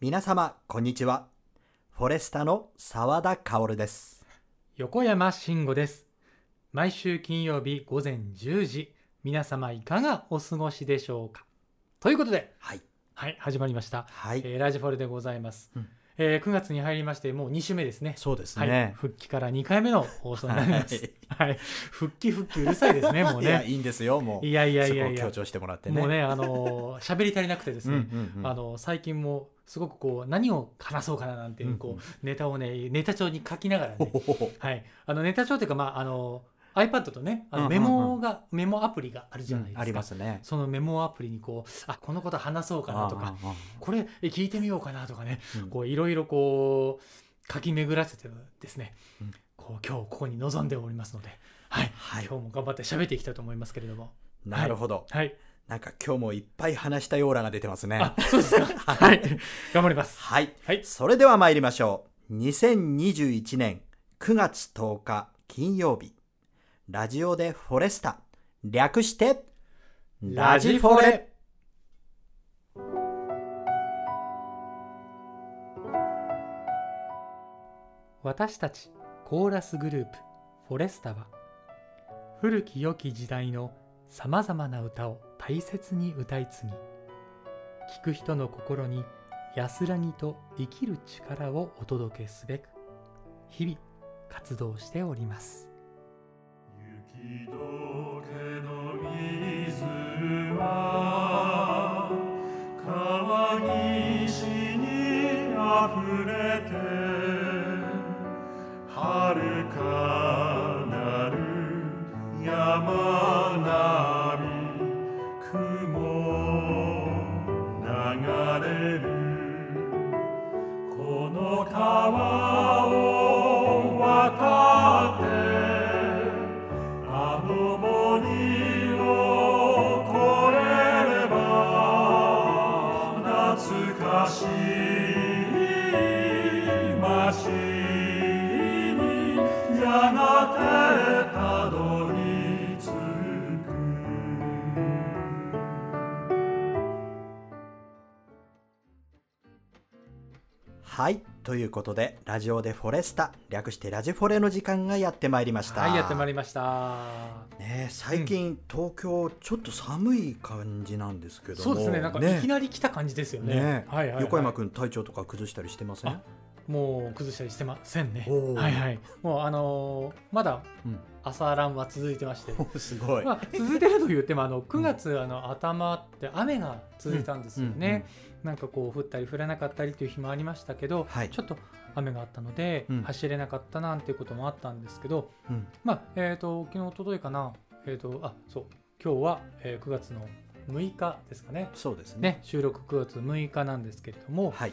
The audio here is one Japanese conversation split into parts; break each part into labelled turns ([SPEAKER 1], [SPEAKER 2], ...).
[SPEAKER 1] 皆様、こんにちは。フォレスタの沢田薫です。
[SPEAKER 2] 横山慎吾です。毎週金曜日午前10時、皆様いかがお過ごしでしょうか。ということで、
[SPEAKER 1] はい。
[SPEAKER 2] はい、始まりました。
[SPEAKER 1] はい。
[SPEAKER 2] えーラジフォルでございます、
[SPEAKER 1] うん
[SPEAKER 2] えー9月に入りまして、もう2週目ですね。
[SPEAKER 1] そうです
[SPEAKER 2] はい、
[SPEAKER 1] ね。
[SPEAKER 2] 復帰から2回目の放送になります。 はい、復帰復帰うるさいですね、も う
[SPEAKER 1] いや、
[SPEAKER 2] ね。
[SPEAKER 1] いいんですよ、もう。
[SPEAKER 2] いやいやいやい
[SPEAKER 1] そこ
[SPEAKER 2] や
[SPEAKER 1] を強、調してもらってね。
[SPEAKER 2] もうね、あのー喋り足りなくてです
[SPEAKER 1] うん
[SPEAKER 2] ね、
[SPEAKER 1] うんうん。
[SPEAKER 2] あの最近もすごくこう何を話そうかななんていう,、
[SPEAKER 1] うん
[SPEAKER 2] こ
[SPEAKER 1] うん
[SPEAKER 2] うネタをねネタ帳に書きながら
[SPEAKER 1] ほ
[SPEAKER 2] ね
[SPEAKER 1] ほほほ
[SPEAKER 2] はい、あのネタ帳というか、まあ、あの iPad とねあ
[SPEAKER 1] う
[SPEAKER 2] の
[SPEAKER 1] んうんう
[SPEAKER 2] メ
[SPEAKER 1] ん
[SPEAKER 2] モが、メモアプリがあるじゃないですか、
[SPEAKER 1] ありますね。
[SPEAKER 2] そのメモアプリにこうあこのこと話そうかなと
[SPEAKER 1] あ
[SPEAKER 2] か
[SPEAKER 1] ああ
[SPEAKER 2] これえ聞いてみようかなとかね
[SPEAKER 1] あうん
[SPEAKER 2] こういろいろこう書き巡らせてですね、
[SPEAKER 1] うん
[SPEAKER 2] こう今日ここに臨んでおりますので、はい
[SPEAKER 1] はい。
[SPEAKER 2] 今日も頑張って喋っていきたいと思いますけれども
[SPEAKER 1] なるほど。
[SPEAKER 2] はい、
[SPEAKER 1] なんか今日もいっぱい話したようらが出てますね。
[SPEAKER 2] あそうですか はい頑張ります
[SPEAKER 1] はい。
[SPEAKER 2] はい
[SPEAKER 1] それでは参りましょう。2021年9月10日金曜日。ラジオでフォレスタ。略して、ラジフォレ。
[SPEAKER 2] 私たちコーラスグループフォレスタは古き良き時代のさまざまな歌を大切に歌い継ぎ聴く人の心に安らぎと生きる力をお届けすべく日々活動しております。
[SPEAKER 3] 雪解けの水は川岸にあふれて遥かなる山並み雲流れるこの川を渡ってあの森を越えれば懐かしい街にやがてたどり着く
[SPEAKER 1] はい。ということで、ラジオでフォレスタ。略してラジフォレの時間がやってまいりました。
[SPEAKER 2] はい、やってまいりました。
[SPEAKER 1] ねえ最近、東京ちょっと寒い感じなんですけども
[SPEAKER 2] そうですね、なんかいきなり来た感じですよね。
[SPEAKER 1] ねえ
[SPEAKER 2] はいはい、はい、
[SPEAKER 1] 横山君体調とか崩したりしてません
[SPEAKER 2] あもう崩したりしてませんね。
[SPEAKER 1] おー
[SPEAKER 2] はいはい、もうあのーまだ
[SPEAKER 1] うん
[SPEAKER 2] 朝ランは続いてまして。
[SPEAKER 1] すごい、
[SPEAKER 2] まあ、続いてると言ってもあの9月あの頭って雨が続いたんですよ
[SPEAKER 1] うんうん
[SPEAKER 2] ね、なんかこう降ったり降らなかったりという日もありましたけど、
[SPEAKER 1] はい
[SPEAKER 2] ちょっと雨があったので、
[SPEAKER 1] うん
[SPEAKER 2] 走れなかったなんていうこともあったんですけど、
[SPEAKER 1] うん
[SPEAKER 2] まあえー、と昨日おとといかな、えー、とあそう今日は、えー9月の6日ですかね
[SPEAKER 1] そうですね
[SPEAKER 2] ね収録9月6日なんですけれども、
[SPEAKER 1] はい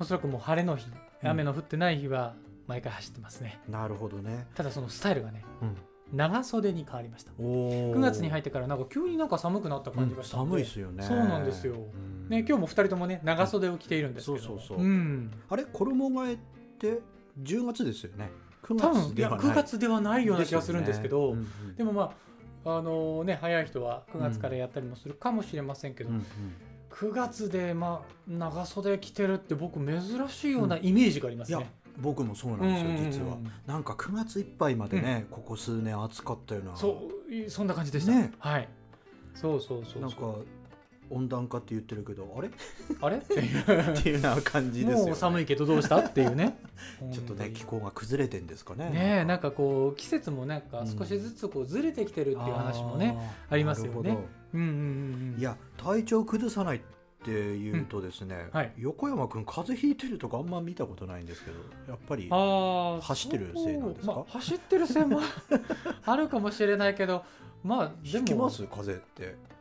[SPEAKER 2] おそらくもう晴れの日
[SPEAKER 1] うん
[SPEAKER 2] 雨の降ってない日は毎回走ってますね、
[SPEAKER 1] なるほどね、
[SPEAKER 2] ただそのスタイルがね
[SPEAKER 1] うん、
[SPEAKER 2] 長袖に変わりました
[SPEAKER 1] お
[SPEAKER 2] 9月に入
[SPEAKER 1] っ
[SPEAKER 2] ってからなんか急になんか寒くなった感じがしたんで、
[SPEAKER 1] 寒いですよね
[SPEAKER 2] そうなんですよ
[SPEAKER 1] ん
[SPEAKER 2] ね、今日も2人ともね長袖を着ているんですけど、
[SPEAKER 1] そうそうそう
[SPEAKER 2] うん、
[SPEAKER 1] あれ衣替えって10月ですよね9
[SPEAKER 2] 多分
[SPEAKER 1] 月
[SPEAKER 2] い
[SPEAKER 1] で
[SPEAKER 2] や
[SPEAKER 1] はない
[SPEAKER 2] 9月ではないような気がするんですけど
[SPEAKER 1] ですよ
[SPEAKER 2] で,、
[SPEAKER 1] ねうんうん
[SPEAKER 2] もまああのね早い人は9月からやったりもするかもしれませんけど、
[SPEAKER 1] うんうん
[SPEAKER 2] 9月でまあ長袖着てるって僕珍しいようなイメージがあります
[SPEAKER 1] いや
[SPEAKER 2] ね、
[SPEAKER 1] 僕もそうなん
[SPEAKER 2] う
[SPEAKER 1] ですよ、
[SPEAKER 2] ん
[SPEAKER 1] 実はなんか9月いっぱいまでね、ここ数年暑かったような
[SPEAKER 2] そういそんな感じでした、
[SPEAKER 1] ね
[SPEAKER 2] はいそうそうそうそう
[SPEAKER 1] なんか温暖化って言ってるけどあれ
[SPEAKER 2] あれっていう
[SPEAKER 1] っていうような感じですよ、ね。
[SPEAKER 2] もう寒いけどどうしたっていうね
[SPEAKER 1] ちょっと
[SPEAKER 2] 本当
[SPEAKER 1] ね
[SPEAKER 2] に
[SPEAKER 1] 気候が崩れてんですかね。
[SPEAKER 2] ねえなん
[SPEAKER 1] か
[SPEAKER 2] かこう季節もなんか少しずつこうずれてきてるっていう話もね、ありますよね
[SPEAKER 1] なるほ
[SPEAKER 2] うん、うんうんう
[SPEAKER 1] ど
[SPEAKER 2] ん
[SPEAKER 1] いや体調崩さないっていうとですね、
[SPEAKER 2] うんはい
[SPEAKER 1] 横山君風邪ひいてるとかあんま見たことないんですけどやっぱり
[SPEAKER 2] あー
[SPEAKER 1] 走ってるせいなんですか
[SPEAKER 2] そうまあ、走ってるせいも あるかもしれないけどまあで
[SPEAKER 1] 引き
[SPEAKER 2] も
[SPEAKER 1] ます風邪って。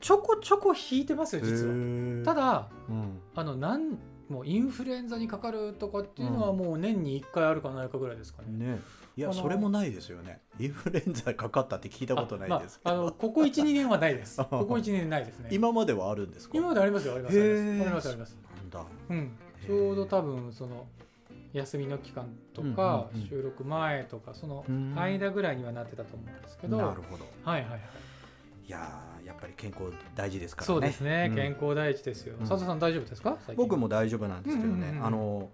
[SPEAKER 2] ちょこちょこ引いてますよ実は
[SPEAKER 1] は
[SPEAKER 2] た、だ
[SPEAKER 1] うん、
[SPEAKER 2] あのなんもうインフルエンザにかかるとかっていうのはもう年に1回あるかないかぐらいですかね、
[SPEAKER 1] ねいや
[SPEAKER 2] あの
[SPEAKER 1] それもないですよね。インフルエンザかかったって聞いたことないですけ
[SPEAKER 2] あまああ
[SPEAKER 1] ど。
[SPEAKER 2] のここ12年はないで すここ12年ないですね
[SPEAKER 1] 今まではあるんですか。
[SPEAKER 2] 今までありますよあります
[SPEAKER 1] へ
[SPEAKER 2] あり
[SPEAKER 1] ー
[SPEAKER 2] ますあります
[SPEAKER 1] なんだ。
[SPEAKER 2] うん、
[SPEAKER 1] へー
[SPEAKER 2] ちょうど多分その休みの期間とか
[SPEAKER 1] うんうんうん
[SPEAKER 2] 収録前とかその間ぐらいにはなってたと思うんですけど、
[SPEAKER 1] なるほど。
[SPEAKER 2] はいはいはい、
[SPEAKER 1] いやーやっぱり健康大事ですからね
[SPEAKER 2] そうですね、
[SPEAKER 1] うん
[SPEAKER 2] 健康第一ですよ
[SPEAKER 1] うん
[SPEAKER 2] 佐藤さん大丈夫ですか最近
[SPEAKER 1] 僕も大丈夫なんですけどね、
[SPEAKER 2] うんうんうん
[SPEAKER 1] あの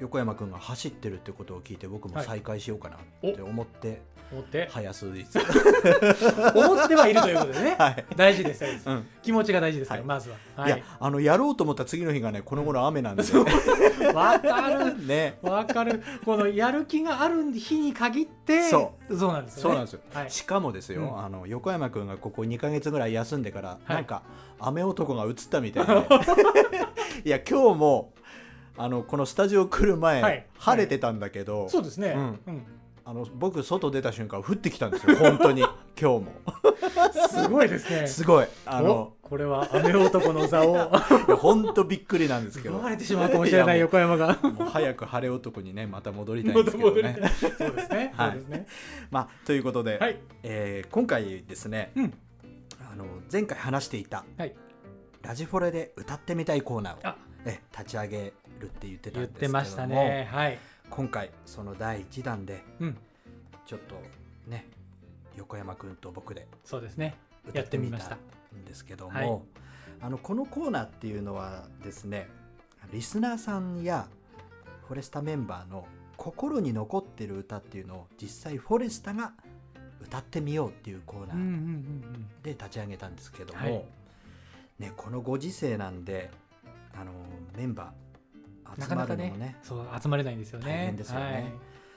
[SPEAKER 1] 横山君が走ってるってことを聞いて僕も再開しようかなって思って
[SPEAKER 2] 思って、
[SPEAKER 1] 早数日は
[SPEAKER 2] 思って はいるということ でね
[SPEAKER 1] い、
[SPEAKER 2] 大事です大事です
[SPEAKER 1] うん
[SPEAKER 2] 気持ちが大事ですから、
[SPEAKER 1] はい
[SPEAKER 2] まずは、
[SPEAKER 1] い、
[SPEAKER 2] は
[SPEAKER 1] や
[SPEAKER 2] い、
[SPEAKER 1] あのやろうと思った次の日がねこの頃雨なんで、
[SPEAKER 2] わか る
[SPEAKER 1] ね
[SPEAKER 2] わかるこのやる気がある日に限って
[SPEAKER 1] そう
[SPEAKER 2] そうなんですよね
[SPEAKER 1] そうなんですよ、
[SPEAKER 2] はい
[SPEAKER 1] しかもですよ、
[SPEAKER 2] うん
[SPEAKER 1] あの横山君がここ2か月ぐらい休んでから、
[SPEAKER 2] はい
[SPEAKER 1] なんか雨男が映ったみた いでいや今日もあのこのスタジオ来る前、
[SPEAKER 2] はい
[SPEAKER 1] 晴れてたんだけど、
[SPEAKER 2] そうですね、
[SPEAKER 1] うん
[SPEAKER 2] うん
[SPEAKER 1] あの僕外出た瞬間降ってきたんです よ本当に今日も
[SPEAKER 2] すごいですね
[SPEAKER 1] すごいあの
[SPEAKER 2] おこれは雨男の座 を
[SPEAKER 1] いや本当びっくりなんですけ ど
[SPEAKER 2] 奪われてしまうかもしれない
[SPEAKER 1] やも
[SPEAKER 2] 横 山が
[SPEAKER 1] うもう早く晴れ男にねまた戻りたいんで
[SPEAKER 2] 戻
[SPEAKER 1] すけ ど
[SPEAKER 2] り
[SPEAKER 1] ね
[SPEAKER 2] たいそうですね、
[SPEAKER 1] はい
[SPEAKER 2] そうですね
[SPEAKER 1] まあということで、
[SPEAKER 2] はい
[SPEAKER 1] えー今回ですね、
[SPEAKER 2] うん
[SPEAKER 1] あの前回話していた、
[SPEAKER 2] はい
[SPEAKER 1] ラジフォレで歌ってみたいコーナーを
[SPEAKER 2] あ
[SPEAKER 1] え立ち上げるって言ってたん
[SPEAKER 2] 言っ
[SPEAKER 1] ですけ
[SPEAKER 2] て
[SPEAKER 1] ども
[SPEAKER 2] ましたねはい
[SPEAKER 1] 今回その第1弾で
[SPEAKER 2] うん
[SPEAKER 1] ちょっとね横山君と僕で
[SPEAKER 2] そうですね
[SPEAKER 1] 歌
[SPEAKER 2] や
[SPEAKER 1] っ
[SPEAKER 2] っ
[SPEAKER 1] て
[SPEAKER 2] て
[SPEAKER 1] み
[SPEAKER 2] み
[SPEAKER 1] た
[SPEAKER 2] ました
[SPEAKER 1] んですけども、
[SPEAKER 2] はい
[SPEAKER 1] あのこのコーナーっていうのはですねリスナーさんやフォレスタメンバーの心に残ってる歌っていうのを実際フォレスタが歌ってみようっていうコーナ
[SPEAKER 2] うんう
[SPEAKER 1] ー
[SPEAKER 2] んうん
[SPEAKER 1] で立ち上げたんですけども、
[SPEAKER 2] はい
[SPEAKER 1] ね、このご時世なんであのメンバ
[SPEAKER 2] うん
[SPEAKER 1] ー
[SPEAKER 2] な
[SPEAKER 1] 集
[SPEAKER 2] か
[SPEAKER 1] まる
[SPEAKER 2] な
[SPEAKER 1] の
[SPEAKER 2] か
[SPEAKER 1] も
[SPEAKER 2] ね
[SPEAKER 1] ね
[SPEAKER 2] そう集まれないんですよね
[SPEAKER 1] 大変ですよね
[SPEAKER 2] はい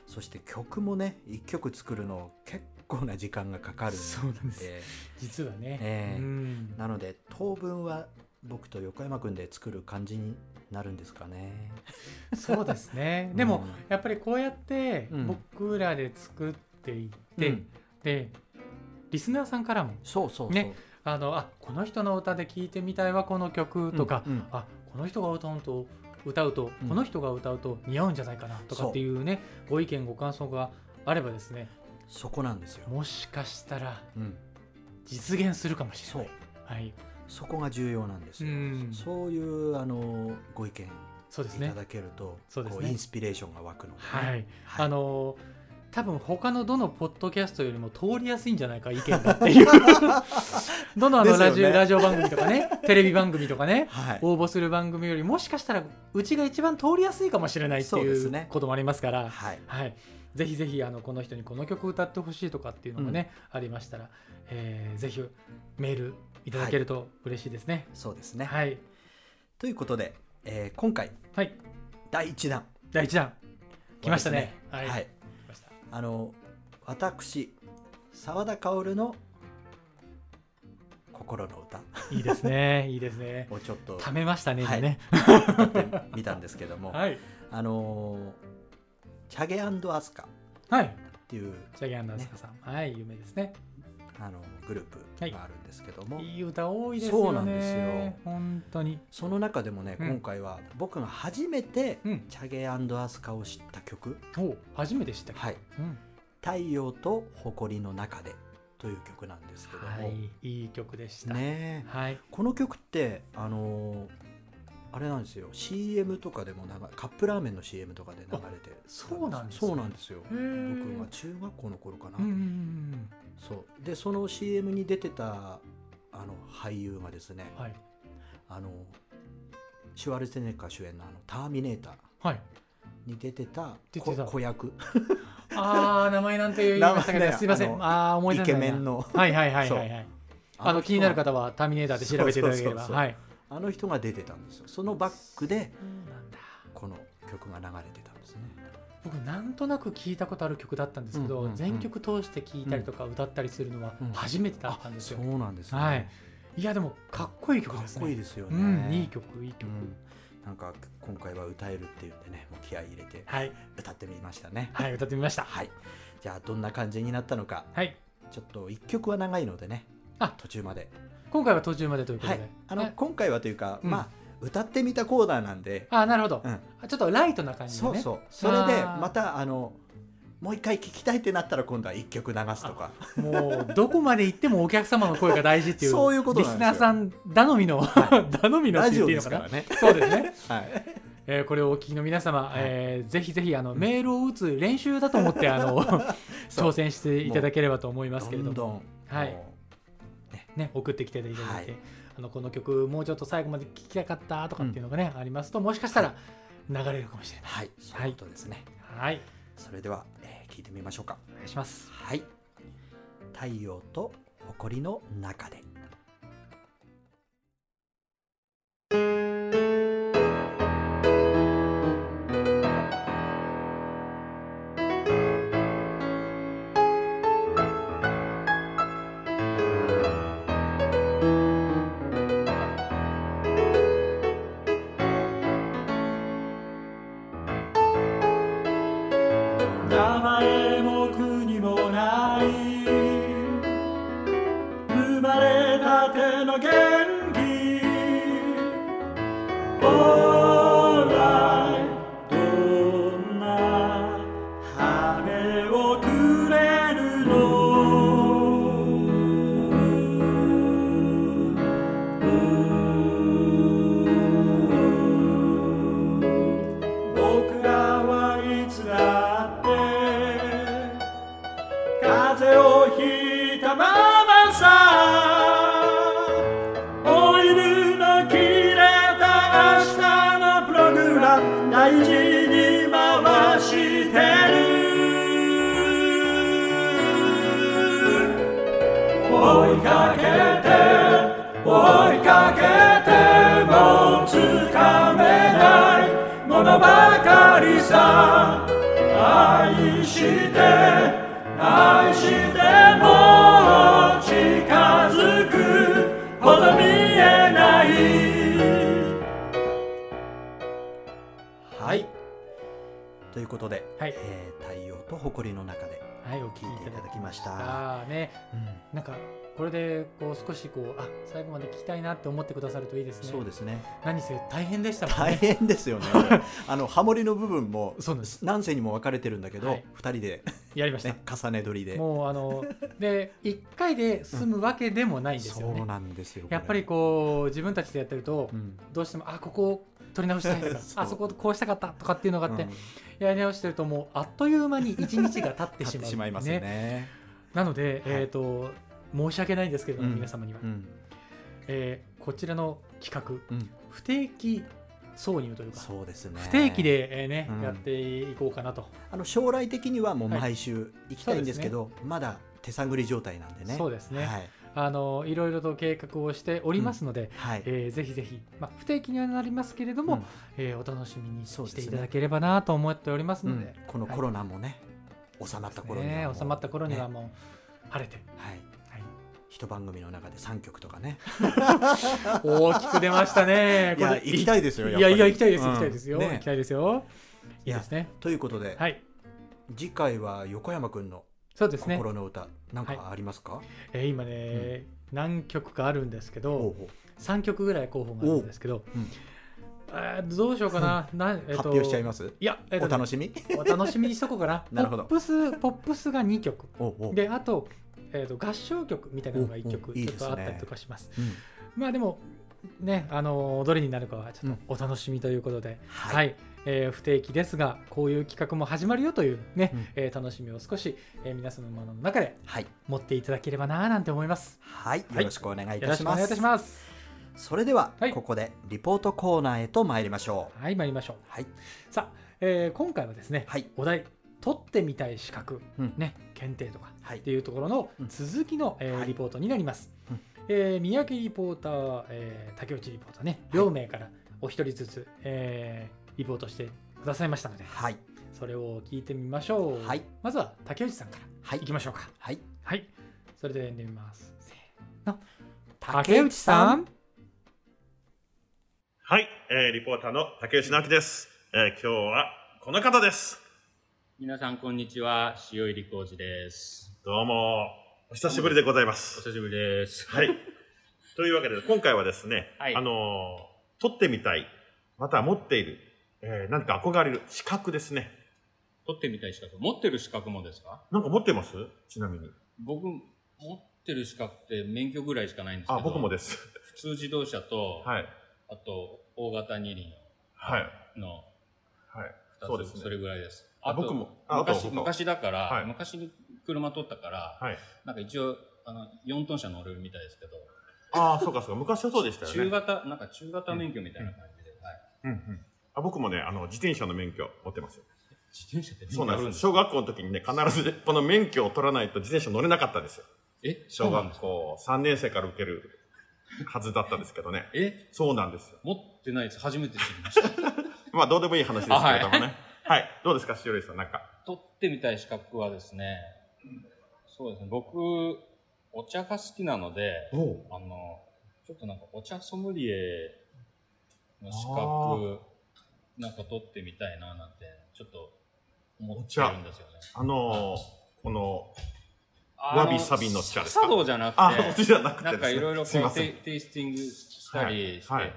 [SPEAKER 1] そして曲もね1曲作るの結構な時間がかかるん
[SPEAKER 2] そうなんです
[SPEAKER 1] で
[SPEAKER 2] 実はね、
[SPEAKER 1] ええ
[SPEAKER 2] うん
[SPEAKER 1] なので当分は僕と横山君で作る感じになるんですかね。
[SPEAKER 2] そうですねでも、
[SPEAKER 1] うん
[SPEAKER 2] やっぱりこうやって
[SPEAKER 1] うん
[SPEAKER 2] 僕らで作っていって、
[SPEAKER 1] うん
[SPEAKER 2] でリスナーさんからも
[SPEAKER 1] そうそうそう。
[SPEAKER 2] ねあのあこの人の歌で聴いてみたいわこの曲とか、
[SPEAKER 1] うんうん
[SPEAKER 2] あこの人が歌うと歌うと、
[SPEAKER 1] うん
[SPEAKER 2] この人が歌うと似合うんじゃないかなとかっていうねご意見ご感想があればですね
[SPEAKER 1] そこなんですよ。
[SPEAKER 2] もしかしたら
[SPEAKER 1] うん、
[SPEAKER 2] 実現するかもしれ
[SPEAKER 1] そ
[SPEAKER 2] な
[SPEAKER 1] う
[SPEAKER 2] い、はい、
[SPEAKER 1] そこが重要なんですよ。
[SPEAKER 2] うん
[SPEAKER 1] そういうあのご意見い
[SPEAKER 2] そうですね
[SPEAKER 1] ただけると、
[SPEAKER 2] そうですね
[SPEAKER 1] こインスピレーションが湧くので、
[SPEAKER 2] はい、
[SPEAKER 1] はい
[SPEAKER 2] あのー多分他のどのポッドキャストよりも通りやすいんじゃないか意見が っていうどのあ
[SPEAKER 1] で
[SPEAKER 2] の
[SPEAKER 1] すよ
[SPEAKER 2] ラ
[SPEAKER 1] ね
[SPEAKER 2] ジオ、ラジオ番組とかね テレビ番組とかね
[SPEAKER 1] はい
[SPEAKER 2] 応募する番組よりもしかしたらうちが一番通りやすいかもしれないって
[SPEAKER 1] そうで
[SPEAKER 2] い
[SPEAKER 1] す
[SPEAKER 2] う
[SPEAKER 1] ね
[SPEAKER 2] こともありますから
[SPEAKER 1] はい
[SPEAKER 2] はい、ぜひぜひあのこの人にこの曲歌ってほしいとかっていうのもね、ありましたら、えーぜひメールいただけると嬉しいですね。
[SPEAKER 1] そうですね。
[SPEAKER 2] はい、
[SPEAKER 1] ということで、えー今回
[SPEAKER 2] はい、
[SPEAKER 1] 第一弾
[SPEAKER 2] 第1弾来ましたね。
[SPEAKER 1] は、
[SPEAKER 2] はいい、来ました
[SPEAKER 1] あの私澤田薫の心の歌
[SPEAKER 2] いいですね、 いいですね。
[SPEAKER 1] をちょっと
[SPEAKER 2] ためましたね、
[SPEAKER 1] はい
[SPEAKER 2] 今ね。
[SPEAKER 1] 歌ってみたんですけども、
[SPEAKER 2] はい、
[SPEAKER 1] あのーチャゲアスカっ
[SPEAKER 2] はい、
[SPEAKER 1] ていう
[SPEAKER 2] ジャギアンダースカさん、はい、有名ですね。
[SPEAKER 1] あのグループがあるんですけども、
[SPEAKER 2] いい歌多いですよね。
[SPEAKER 1] そうなんですよ
[SPEAKER 2] 本当に。
[SPEAKER 1] その中でもね、
[SPEAKER 2] うん
[SPEAKER 1] 今回は僕が初めて
[SPEAKER 2] うん、
[SPEAKER 1] チャゲアスカを知った曲
[SPEAKER 2] お、初めて知っ
[SPEAKER 1] 「
[SPEAKER 2] た。
[SPEAKER 1] はい、
[SPEAKER 2] うん、
[SPEAKER 1] 太陽と埃の中で」という曲なんですけども、
[SPEAKER 2] はい、いい曲でした。
[SPEAKER 1] ねえ
[SPEAKER 2] はい、
[SPEAKER 1] この曲ってあのーあれなんですよ CM とかでも流れカップラーメンの CM とかで流れてた
[SPEAKER 2] そうなんですね
[SPEAKER 1] そうなんですよ
[SPEAKER 2] へー
[SPEAKER 1] 僕は中学校の頃かな、
[SPEAKER 2] うんうんうんうん。
[SPEAKER 1] そうでその CM に出てたあの俳優がですね
[SPEAKER 2] はい。
[SPEAKER 1] あのシュワルツェネッカー主演のあの「ターミネーター
[SPEAKER 2] はい。」
[SPEAKER 1] に出てた
[SPEAKER 2] 出
[SPEAKER 1] こ
[SPEAKER 2] てた
[SPEAKER 1] 子役
[SPEAKER 2] ああ、名前なんて言いましたけ
[SPEAKER 1] 名前
[SPEAKER 2] ど、
[SPEAKER 1] ね
[SPEAKER 2] すいません
[SPEAKER 1] あ。の
[SPEAKER 2] ああー、思い
[SPEAKER 1] イ
[SPEAKER 2] 出せ
[SPEAKER 1] ケ
[SPEAKER 2] ないな
[SPEAKER 1] メン。の
[SPEAKER 2] はいはいはい
[SPEAKER 1] そう
[SPEAKER 2] はいはい。あの気になる方はターミネーターで調べていただければ。
[SPEAKER 1] そうそうそうそう
[SPEAKER 2] はい。
[SPEAKER 1] あの人が出てたんですよそのバックで
[SPEAKER 2] なんだ
[SPEAKER 1] この曲が流れてたんですね
[SPEAKER 2] 僕なんとなく聞いたことある曲だったんです
[SPEAKER 1] うん
[SPEAKER 2] け
[SPEAKER 1] うん
[SPEAKER 2] ど
[SPEAKER 1] う、ん
[SPEAKER 2] 全曲通して聞いたりとか歌ったりするのは
[SPEAKER 1] うん
[SPEAKER 2] 初めてだったんで
[SPEAKER 1] そ
[SPEAKER 2] すよ。
[SPEAKER 1] うなんですね、
[SPEAKER 2] はい。いやでもかっこいい曲
[SPEAKER 1] か
[SPEAKER 2] で
[SPEAKER 1] っ
[SPEAKER 2] すね。
[SPEAKER 1] こいいですよ
[SPEAKER 2] う
[SPEAKER 1] ね、
[SPEAKER 2] ん、いい曲いい曲。
[SPEAKER 1] うんなんか今回は歌えるっていうんでねもう気合い入れて
[SPEAKER 2] はい
[SPEAKER 1] 歌ってみましたね
[SPEAKER 2] はい歌ってみました。
[SPEAKER 1] はいじゃあどんな感じになったのか
[SPEAKER 2] はい。
[SPEAKER 1] ちょっと1曲は長いのでね
[SPEAKER 2] あ
[SPEAKER 1] 途中まで
[SPEAKER 2] 今回は途中までということ
[SPEAKER 1] は
[SPEAKER 2] で
[SPEAKER 1] い。あの
[SPEAKER 2] ね
[SPEAKER 1] 今回はというか、
[SPEAKER 2] うん
[SPEAKER 1] まあ歌ってみたコーナーなんで、
[SPEAKER 2] あーなるほど
[SPEAKER 1] う。ん、
[SPEAKER 2] あちょっとライトな感じで
[SPEAKER 1] そう
[SPEAKER 2] ね。
[SPEAKER 1] そうそれで
[SPEAKER 2] あー
[SPEAKER 1] またあのもう一回聴きたいってなったら今度は1曲流すとか
[SPEAKER 2] もうどこまで行ってもお客様の声が大事っていう
[SPEAKER 1] そういうこと
[SPEAKER 2] リ
[SPEAKER 1] な
[SPEAKER 2] ス
[SPEAKER 1] んですよ
[SPEAKER 2] ナーさん頼みの頼みのっ
[SPEAKER 1] ラ
[SPEAKER 2] て
[SPEAKER 1] ジオ
[SPEAKER 2] 言っていい
[SPEAKER 1] で
[SPEAKER 2] の
[SPEAKER 1] す
[SPEAKER 2] か
[SPEAKER 1] か
[SPEAKER 2] な
[SPEAKER 1] らね、
[SPEAKER 2] そうですね、
[SPEAKER 1] はい、
[SPEAKER 2] えーこれをお聞きの皆様、えーぜひぜひあのメールを打つ練習だと思ってあの
[SPEAKER 1] そう
[SPEAKER 2] 挑戦していただければと思いますけれ
[SPEAKER 1] ど
[SPEAKER 2] ど
[SPEAKER 1] ん
[SPEAKER 2] も
[SPEAKER 1] どん、
[SPEAKER 2] はい
[SPEAKER 1] もうね、
[SPEAKER 2] ね、送ってきていただいて、
[SPEAKER 1] はい
[SPEAKER 2] あのこの曲もうちょっと最後まで聴きたかったとかっていうのがね、ありますともしかしたら流れるかもしれない。
[SPEAKER 1] はい、そういうことですね。
[SPEAKER 2] はい、
[SPEAKER 1] それでは、えー聞いてみましょうか。
[SPEAKER 2] お願いします。
[SPEAKER 1] はい。太陽と埃の中で。
[SPEAKER 3] 名前も国もない生まれたての元気 Alright どんな羽をくれるの僕らはいつだって風をひいたままさオイルの切れた明日のプログラム大事に回してる追いかけて追いかけてもつかめないものばかりさ愛して愛してもう近づくほど見えない
[SPEAKER 1] はい。ということで、
[SPEAKER 2] はい
[SPEAKER 1] えー太陽と埃の中で。
[SPEAKER 2] はい、お聞きいただきました。
[SPEAKER 1] 聞いていた
[SPEAKER 2] ね、
[SPEAKER 1] うん
[SPEAKER 2] なんかこれでこう少しこうあ最後まで聞きたいなって思ってくださるといいですね。
[SPEAKER 1] そうですね。
[SPEAKER 2] 何せ大変でしたもんね。
[SPEAKER 1] 大変です よね。これあのハモリの部分も
[SPEAKER 2] そうなんです
[SPEAKER 1] 何世にも分かれてるんだけど、
[SPEAKER 2] はい
[SPEAKER 1] 2人で、
[SPEAKER 2] やりました。
[SPEAKER 1] ね、重ね撮りで。
[SPEAKER 2] もうあので一回で済むわけでもないんですよ
[SPEAKER 1] そ
[SPEAKER 2] ね
[SPEAKER 1] う。なんですよ。これ
[SPEAKER 2] やっぱりこう自分たちでやってると、
[SPEAKER 1] うん
[SPEAKER 2] どうしてもあここを取り直したいと か
[SPEAKER 1] そう
[SPEAKER 2] あそこをこうしたかったとかっていうのがあって、
[SPEAKER 1] うん
[SPEAKER 2] やり直してるともうあっという間に一日が経って
[SPEAKER 1] 立っ
[SPEAKER 2] しま
[SPEAKER 1] て
[SPEAKER 2] う
[SPEAKER 1] しまいますよね。
[SPEAKER 2] なので、
[SPEAKER 1] はい
[SPEAKER 2] えっ、と申し訳ないんですけれども、
[SPEAKER 1] うん
[SPEAKER 2] 皆様には、
[SPEAKER 1] うん
[SPEAKER 2] えーこちらの企画
[SPEAKER 1] うん
[SPEAKER 2] 不定期挿入というか
[SPEAKER 1] そうですね。
[SPEAKER 2] 不定期で、えーね
[SPEAKER 1] うん
[SPEAKER 2] やっていこうかなと、
[SPEAKER 1] あの将来的にはもう
[SPEAKER 2] はい
[SPEAKER 1] 毎週行きたいんですけど、まだ手探り状態なんでね。
[SPEAKER 2] そうですね
[SPEAKER 1] はい。
[SPEAKER 2] あのいろいろと計画をしておりますので、
[SPEAKER 1] はい。
[SPEAKER 2] えーぜひぜひ、まあ、不定期にはなりますけれど
[SPEAKER 1] う
[SPEAKER 2] も、
[SPEAKER 1] ん
[SPEAKER 2] えーお楽しみに
[SPEAKER 1] そう
[SPEAKER 2] し
[SPEAKER 1] です
[SPEAKER 2] て
[SPEAKER 1] ね
[SPEAKER 2] いただければなと思っております
[SPEAKER 1] う
[SPEAKER 2] の
[SPEAKER 1] ん
[SPEAKER 2] で、
[SPEAKER 1] このコロナもね、収まった頃には
[SPEAKER 2] ね
[SPEAKER 1] もう
[SPEAKER 2] 収まった頃に
[SPEAKER 1] ね
[SPEAKER 2] はもう、晴れて、
[SPEAKER 1] はい。
[SPEAKER 2] はい、
[SPEAKER 1] 一番組の中で3曲とかね。
[SPEAKER 2] 大きく出ましたね
[SPEAKER 1] いや、
[SPEAKER 2] これ
[SPEAKER 1] 行きたいですよ。
[SPEAKER 2] い
[SPEAKER 1] やっぱ
[SPEAKER 2] や
[SPEAKER 1] り
[SPEAKER 2] いや行きたいです
[SPEAKER 1] うん
[SPEAKER 2] 行きたいですよ、
[SPEAKER 1] ね
[SPEAKER 2] 行きたいですよいいですね
[SPEAKER 1] ということで、
[SPEAKER 2] はい
[SPEAKER 1] 次回は横山くんの
[SPEAKER 2] そうですね、
[SPEAKER 1] 心の歌、なんかありますか、
[SPEAKER 2] えー今ね、何曲かあるんです
[SPEAKER 1] お
[SPEAKER 2] け
[SPEAKER 1] う
[SPEAKER 2] ど
[SPEAKER 1] おう
[SPEAKER 2] 3曲ぐらい候補があるんですけど、
[SPEAKER 1] おうん
[SPEAKER 2] えーどうしようかなな、えーと
[SPEAKER 1] 発表しちゃいます
[SPEAKER 2] いや、えーと
[SPEAKER 1] お
[SPEAKER 2] ね
[SPEAKER 1] 楽しみ
[SPEAKER 2] お楽しみにしとこうかな
[SPEAKER 1] なるほど
[SPEAKER 2] ポップスポップスが2曲
[SPEAKER 1] おうおう
[SPEAKER 2] であと,、えー、と合唱曲みたいなのが1
[SPEAKER 1] お
[SPEAKER 2] 曲
[SPEAKER 1] おいい
[SPEAKER 2] ち
[SPEAKER 1] で
[SPEAKER 2] ょ
[SPEAKER 1] す
[SPEAKER 2] っ
[SPEAKER 1] ね
[SPEAKER 2] とあったりとかします
[SPEAKER 1] うん
[SPEAKER 2] まあでもねあのーどれになるかはちょっとお楽しみということで、はい、えー不定期ですがこういう企画も始まるよというね、
[SPEAKER 1] うん
[SPEAKER 2] えー楽しみを少し、えー皆様の中で
[SPEAKER 1] はい、
[SPEAKER 2] 持っていただければなーなんて思います
[SPEAKER 1] はい、
[SPEAKER 2] い
[SPEAKER 1] よろしくお願いい
[SPEAKER 2] よ
[SPEAKER 1] た
[SPEAKER 2] ろし
[SPEAKER 1] し
[SPEAKER 2] くお
[SPEAKER 1] ま
[SPEAKER 2] 願いい
[SPEAKER 1] す
[SPEAKER 2] たします
[SPEAKER 1] それでは、
[SPEAKER 2] はい
[SPEAKER 1] ここでリポートコーナーへと参りましょう
[SPEAKER 2] はい参りましょう
[SPEAKER 1] はい
[SPEAKER 2] さあ、えー今回はですね、
[SPEAKER 1] はい
[SPEAKER 2] お題取ってみたい資格、
[SPEAKER 1] うん
[SPEAKER 2] ね検定とか
[SPEAKER 1] はい
[SPEAKER 2] っていうところの
[SPEAKER 1] うん
[SPEAKER 2] 続きの、えー
[SPEAKER 1] はい
[SPEAKER 2] リポートになります、
[SPEAKER 1] うん
[SPEAKER 2] えー三宅リポーター、えー竹内リポーターね両名からお一人ずつ、えーリポートしてくださいましたので
[SPEAKER 1] はい
[SPEAKER 2] それを聞いてみましょう、
[SPEAKER 1] はい
[SPEAKER 2] まずは竹内さんから
[SPEAKER 1] はい
[SPEAKER 2] いきましょうか
[SPEAKER 1] はい
[SPEAKER 2] はいそれで読みますせーの
[SPEAKER 1] 竹内さん
[SPEAKER 4] はい、えー、リポーターの竹内直樹です、えー、今日はこの方です
[SPEAKER 5] 皆さん、こんにちは。塩入浩二です。
[SPEAKER 4] どうもお久しぶりでございま
[SPEAKER 5] お
[SPEAKER 4] す
[SPEAKER 5] 久しぶりです。
[SPEAKER 4] はいというわけで今回はですね、
[SPEAKER 5] はい
[SPEAKER 4] あのー、取ってみたいまたは持っている、えー、何か憧れる資格ですね
[SPEAKER 5] 取ってみたい資格。持ってる資格もですか
[SPEAKER 4] なんか持ってますちなみに
[SPEAKER 5] 僕、持ってる資格って免許ぐらいしかないんですけど。
[SPEAKER 4] あ僕もです
[SPEAKER 5] 普通自動車と、
[SPEAKER 4] はい
[SPEAKER 5] あと、大型二輪
[SPEAKER 4] はい
[SPEAKER 5] の
[SPEAKER 4] はい
[SPEAKER 5] 二つ
[SPEAKER 4] そうですね
[SPEAKER 5] それぐらいです。
[SPEAKER 4] あ
[SPEAKER 5] と
[SPEAKER 4] 僕もああと
[SPEAKER 5] 昔、
[SPEAKER 4] 僕も
[SPEAKER 5] 昔だから、
[SPEAKER 4] はい
[SPEAKER 5] 昔車取ったから、
[SPEAKER 4] はい
[SPEAKER 5] なんか一応、あの4トン車乗るみたいですけど、
[SPEAKER 4] ああ、そうかそうか。昔はそうでしたよね。
[SPEAKER 5] 中型、なんか中型免許みたいな感じで、はい、
[SPEAKER 4] うんうん。あ僕もね、あの、自転車の免許持ってますよ。
[SPEAKER 5] 自転車って
[SPEAKER 4] そう
[SPEAKER 5] 免許
[SPEAKER 4] な
[SPEAKER 5] あ
[SPEAKER 4] ん
[SPEAKER 5] るん
[SPEAKER 4] で
[SPEAKER 5] ですすか
[SPEAKER 4] 小学校の時にね、必ずこの免許を取らないと自転車乗れなかったんですよ。
[SPEAKER 5] え、
[SPEAKER 4] 小
[SPEAKER 5] 小学
[SPEAKER 4] 学
[SPEAKER 5] 校。
[SPEAKER 4] 校3年生から受けるはずだったんですけどね。
[SPEAKER 5] え、
[SPEAKER 4] そうなんですよ。
[SPEAKER 5] 持ってないです。初めて知りました。
[SPEAKER 4] まあ、どうでもいい話ですけれどもね。はい、どうですか、塩井さん、なんか。
[SPEAKER 5] 取ってみたい資格はですね、そうですね、僕、お茶が好きなので、
[SPEAKER 4] おお。
[SPEAKER 5] あの、ちょっとなんかお茶ソムリエの資
[SPEAKER 4] あ
[SPEAKER 5] 格、なんか取ってみたいななんて、ちょっと思ってるんですよね。
[SPEAKER 4] あのー、この、
[SPEAKER 5] あの
[SPEAKER 4] わびさびの茶ですか
[SPEAKER 5] 茶道じゃな
[SPEAKER 4] あ、
[SPEAKER 5] く、
[SPEAKER 4] こってちじゃなくて
[SPEAKER 5] な
[SPEAKER 4] です、
[SPEAKER 5] ん
[SPEAKER 4] ね。
[SPEAKER 5] かいろいろ
[SPEAKER 4] すい
[SPEAKER 5] こ
[SPEAKER 4] ま
[SPEAKER 5] う
[SPEAKER 4] せ
[SPEAKER 5] テイ
[SPEAKER 4] ん。
[SPEAKER 5] テイスティングしたりして、
[SPEAKER 4] はいはい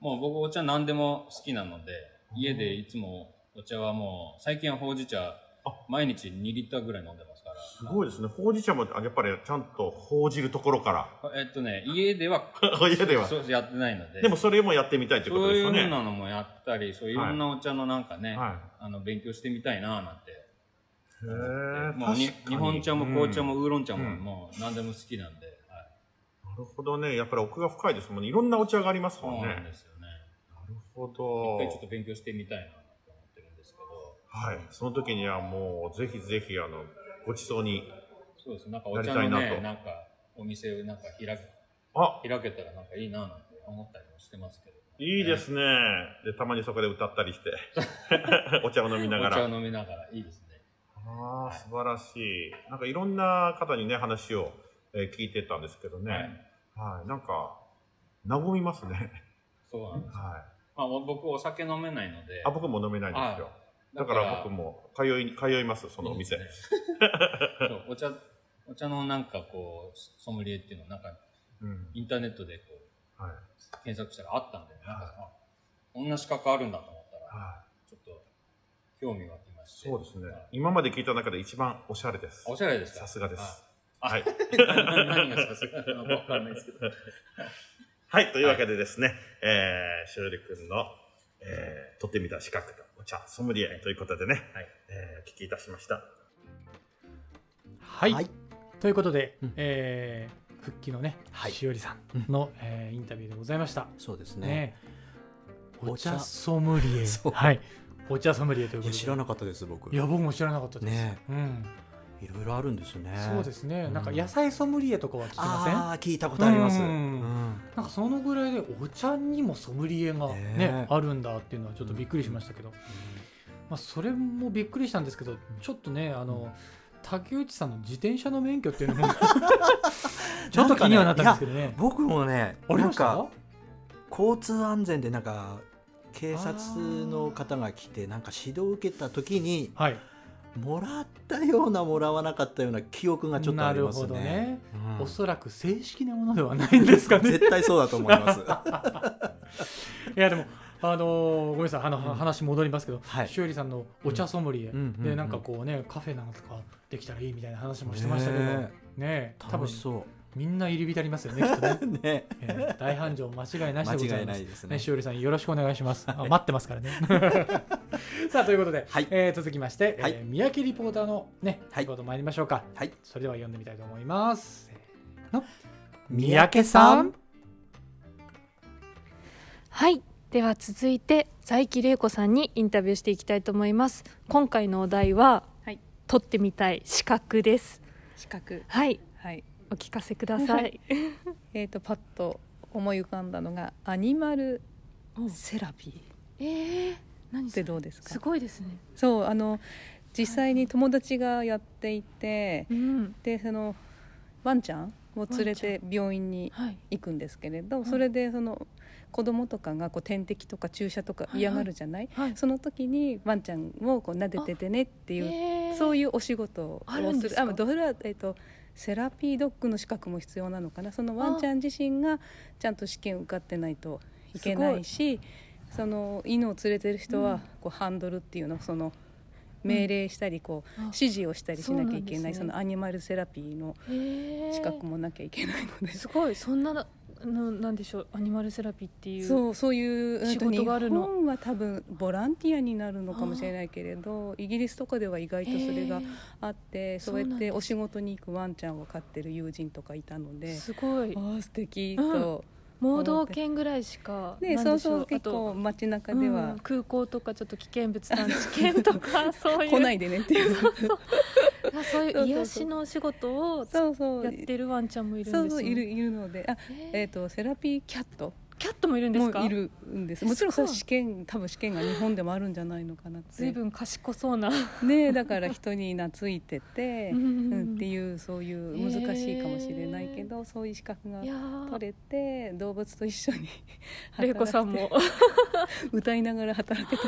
[SPEAKER 5] もう僕お茶何でも好きなので、
[SPEAKER 4] うん
[SPEAKER 5] 家でいつもお茶はもう、最近はほうじ茶、毎日2リッターぐらい飲んでますから。
[SPEAKER 4] すごいですね。ほうじ茶も、あやっぱりちゃんと報じるところか
[SPEAKER 5] えっとね、家では、
[SPEAKER 4] ら。 家では。
[SPEAKER 5] そうやってないので。
[SPEAKER 4] でもそれもやってみたいというこ
[SPEAKER 5] そ
[SPEAKER 4] と
[SPEAKER 5] う
[SPEAKER 4] です
[SPEAKER 5] い
[SPEAKER 4] よ
[SPEAKER 5] う
[SPEAKER 4] ね。
[SPEAKER 5] のもやったり、そういろんなお茶のなんかね、
[SPEAKER 4] はい。
[SPEAKER 5] あの勉強してみたいなーなんて。
[SPEAKER 4] へ
[SPEAKER 5] もうに
[SPEAKER 4] 確かに
[SPEAKER 5] 日本茶も紅茶も
[SPEAKER 4] うん
[SPEAKER 5] ウーロン茶も
[SPEAKER 4] うん
[SPEAKER 5] もう何でも好きなんで、
[SPEAKER 4] なるほどね。やっぱり奥が深いですもんね。いろんなお茶があります
[SPEAKER 5] は
[SPEAKER 4] もん
[SPEAKER 5] い、そう
[SPEAKER 4] ね。
[SPEAKER 5] なん
[SPEAKER 4] なる
[SPEAKER 5] ですよね。
[SPEAKER 4] ほ
[SPEAKER 5] 一
[SPEAKER 4] ど。
[SPEAKER 5] 回ちょっと勉強してみたいなと思ってるんですけど、
[SPEAKER 4] はい。その時にはもう、ぜひぜひ、あの、ごちそうに。
[SPEAKER 5] そうです。なんかお茶の
[SPEAKER 4] やりたいな
[SPEAKER 5] ね、
[SPEAKER 4] と
[SPEAKER 5] なんかお店をなんか開け
[SPEAKER 4] あ、
[SPEAKER 5] 開けたらなんかいいなーなんて思ったりもしてますけど、
[SPEAKER 4] いいですね。で、たまにそこで歌ったりして。 お茶を飲みなが
[SPEAKER 5] お茶を
[SPEAKER 4] ら。
[SPEAKER 5] 飲みながらいいですね。
[SPEAKER 4] ああ、素晴らしい。なんかいろんな方にね、話を、えー聞いてたんですけどね。
[SPEAKER 5] は
[SPEAKER 4] はいい。なんか、和みますね。
[SPEAKER 5] そうなんです。
[SPEAKER 4] は
[SPEAKER 5] まあお僕お酒飲めないので
[SPEAKER 4] い。あ、、僕も飲めないんですよ。だから僕も通い、通います、そのお店。
[SPEAKER 5] いいですねそうお茶、お茶のなんかこう、ソムリエっていうのなんか
[SPEAKER 4] うん。
[SPEAKER 5] インターネットでこう
[SPEAKER 4] はい。
[SPEAKER 5] 検索したらあったんで、なんかあ、こんな資格あるんだと思ったら、
[SPEAKER 4] はい。
[SPEAKER 5] ちょっと興味が湧きまして。
[SPEAKER 4] そうですね
[SPEAKER 5] はい。
[SPEAKER 4] 今まで聞いた中で一番おしゃれです。
[SPEAKER 5] おしゃれですか
[SPEAKER 4] さすがです。
[SPEAKER 5] あ
[SPEAKER 4] はい。
[SPEAKER 5] 何 何がさすがなのかわかんないですけど。
[SPEAKER 4] はい、というわけでですね、えー、しおりくんの、えー、取ってみた資格とお茶、ソムリエということでね、
[SPEAKER 5] はい
[SPEAKER 4] えー、お聞きいたしました。
[SPEAKER 2] はい、
[SPEAKER 1] はい
[SPEAKER 2] ということで、
[SPEAKER 1] うん
[SPEAKER 2] えー復帰のね、
[SPEAKER 1] はい
[SPEAKER 2] しおりさんの、えーインタビューでございました。
[SPEAKER 1] そうですね
[SPEAKER 2] ね、お
[SPEAKER 1] お茶
[SPEAKER 2] 茶ソムリ エ
[SPEAKER 1] そう
[SPEAKER 2] はい、お茶ソムリエという
[SPEAKER 1] い
[SPEAKER 2] こ
[SPEAKER 1] や
[SPEAKER 2] とで
[SPEAKER 1] 知らなかったです僕
[SPEAKER 2] いや僕も知らなかったです。
[SPEAKER 1] ね
[SPEAKER 2] うん、
[SPEAKER 1] いろいろあるんですね
[SPEAKER 2] そうですね、
[SPEAKER 1] うん
[SPEAKER 2] なんか野菜ソムリエとかは聞きません
[SPEAKER 1] ああ聞いたことあります
[SPEAKER 2] う
[SPEAKER 1] うんん
[SPEAKER 2] なんかそのぐらいでお茶にもソムリエがね
[SPEAKER 1] ねえ
[SPEAKER 2] あるんだっていうのはちょっとびっくりしましたけど、まあ、それもびっくりしたんですけどちょっとねあの竹内さんの自転車の免許っていうの もちょっと気にはなったんですけどね
[SPEAKER 1] 僕もね
[SPEAKER 2] あり
[SPEAKER 1] な
[SPEAKER 2] ま
[SPEAKER 1] ん
[SPEAKER 2] した
[SPEAKER 1] か交通安全でなんか警察の方が来てなんか指導を受けた時に
[SPEAKER 2] はい
[SPEAKER 1] もらったようなもらわなかったような記憶がちょっとありますね。
[SPEAKER 2] なるほどね
[SPEAKER 1] うん
[SPEAKER 2] おそらく正式なものではないんですかね
[SPEAKER 1] 絶対そうだと思い ます。はい
[SPEAKER 2] やでもあのーごめんなさいあの、話戻りますけど、
[SPEAKER 1] はい
[SPEAKER 2] しおりさんのお茶ソムリエ、
[SPEAKER 1] うんうんうんう
[SPEAKER 2] で
[SPEAKER 1] ん
[SPEAKER 2] なんかこうねカフェなんかできたらいいみたいな話もしてましたけどね
[SPEAKER 1] ね
[SPEAKER 2] え
[SPEAKER 1] い、
[SPEAKER 2] 多分
[SPEAKER 1] 楽しそ
[SPEAKER 2] みんな入り浸りますよねきっとね
[SPEAKER 1] う。ね、
[SPEAKER 2] えー大繁盛間違いなし
[SPEAKER 1] 間
[SPEAKER 2] でござ
[SPEAKER 1] 違
[SPEAKER 2] い
[SPEAKER 1] い
[SPEAKER 2] ま
[SPEAKER 1] な
[SPEAKER 2] す。
[SPEAKER 1] いですね
[SPEAKER 2] ね、。しおりさんよろしくお願いします。あ待ってますから ね。 さあということで、
[SPEAKER 1] はい
[SPEAKER 2] えー続きまして、
[SPEAKER 1] はい
[SPEAKER 2] えー三宅リポーターのね、
[SPEAKER 1] はい
[SPEAKER 2] リポート参りましょうか。
[SPEAKER 1] はい、
[SPEAKER 2] それでは読んでみたいと思います。せーの
[SPEAKER 1] 三宅さん。
[SPEAKER 6] はいでは続いて在木玲子さんにインタビューしていきたいと思います今回のお題は、
[SPEAKER 7] はい
[SPEAKER 6] 取ってみたい資格です
[SPEAKER 7] 資格
[SPEAKER 6] はい
[SPEAKER 7] はい
[SPEAKER 6] お聞かせください、
[SPEAKER 7] えっ、とパッと思い浮かんだのがアニマルセラピ
[SPEAKER 6] えー、
[SPEAKER 7] ー
[SPEAKER 6] 何
[SPEAKER 7] って
[SPEAKER 6] それ
[SPEAKER 7] どうです
[SPEAKER 6] す
[SPEAKER 7] か
[SPEAKER 6] ごいですね
[SPEAKER 7] そうあの実際に友達がやっていて
[SPEAKER 6] うん
[SPEAKER 7] でそのワンちゃんを連れ
[SPEAKER 6] ワン
[SPEAKER 7] て病院に
[SPEAKER 6] はい
[SPEAKER 7] 行くんですけれど
[SPEAKER 6] い
[SPEAKER 7] それでその子供とかがこう点滴とか注射とか
[SPEAKER 6] はいはい
[SPEAKER 7] 嫌がるじゃない、
[SPEAKER 6] はい
[SPEAKER 7] その時にワンちゃんをこう撫でててねっていう
[SPEAKER 6] え
[SPEAKER 7] そう
[SPEAKER 6] う
[SPEAKER 7] いうお仕事を
[SPEAKER 6] あるん
[SPEAKER 7] す
[SPEAKER 6] です
[SPEAKER 7] る
[SPEAKER 6] か
[SPEAKER 7] あまあどれは、えっとセラピードッグの資格も必要なのかなそのワンちゃん自身がちゃんと試験受かってないといけないしその犬を連れてる人
[SPEAKER 6] うん
[SPEAKER 7] はこうハンドルっていうのその命令したりこう
[SPEAKER 6] あ
[SPEAKER 7] 指示をしたりしなきゃいけな
[SPEAKER 6] そうなんです
[SPEAKER 7] い
[SPEAKER 6] ね
[SPEAKER 7] そのアニマルセラピーの
[SPEAKER 6] えー
[SPEAKER 7] 資格もなきゃいけないので、
[SPEAKER 6] すごいそんなのなんでしょうアニマルセラピーっていう
[SPEAKER 7] そうそういう
[SPEAKER 6] 仕事があるの
[SPEAKER 7] 日本は多分ボランティアになるのかもしれないけれどイギリスとかでは意外とそれが
[SPEAKER 6] へ
[SPEAKER 7] あって
[SPEAKER 6] そ
[SPEAKER 7] そうう
[SPEAKER 6] な
[SPEAKER 7] や
[SPEAKER 6] んだ
[SPEAKER 7] ってお仕事に行くワンちゃんを飼ってる友人とかいたの
[SPEAKER 6] え
[SPEAKER 7] で
[SPEAKER 6] すごい
[SPEAKER 7] ああ素敵と、
[SPEAKER 6] 盲導犬ぐらいしか
[SPEAKER 7] ね
[SPEAKER 6] なん
[SPEAKER 7] そう
[SPEAKER 6] でしょ
[SPEAKER 7] そう
[SPEAKER 6] あ
[SPEAKER 7] 結
[SPEAKER 6] と
[SPEAKER 7] 構街中で
[SPEAKER 6] う
[SPEAKER 7] は
[SPEAKER 6] ん空港とかちょっと危険物探知犬とか そういう
[SPEAKER 7] 来ないでねっていう
[SPEAKER 6] あそう
[SPEAKER 7] そうそう
[SPEAKER 6] い
[SPEAKER 7] そうう
[SPEAKER 6] 癒しのお仕事を
[SPEAKER 7] そうそう
[SPEAKER 6] やってるワンちゃんもいるんですよ
[SPEAKER 7] そうそういるいるのであえ
[SPEAKER 6] え
[SPEAKER 7] っ、とセラピーキャット
[SPEAKER 6] キャットもいるんです
[SPEAKER 7] も
[SPEAKER 6] か
[SPEAKER 7] いるんですもちろんそれ
[SPEAKER 6] すごい
[SPEAKER 7] 試験多分試験が日本でもあるんじゃないのかなって
[SPEAKER 6] ずいぶん賢そうな、
[SPEAKER 7] ねだから人に懐いてて、
[SPEAKER 6] うんうん
[SPEAKER 7] う
[SPEAKER 6] うん
[SPEAKER 7] んっていうそういう難しいかもしれないけど、そういう資格が
[SPEAKER 6] いやー
[SPEAKER 7] 取れて動物と一緒に
[SPEAKER 6] 玲子さんもい
[SPEAKER 7] 働いて歌いながら働 けた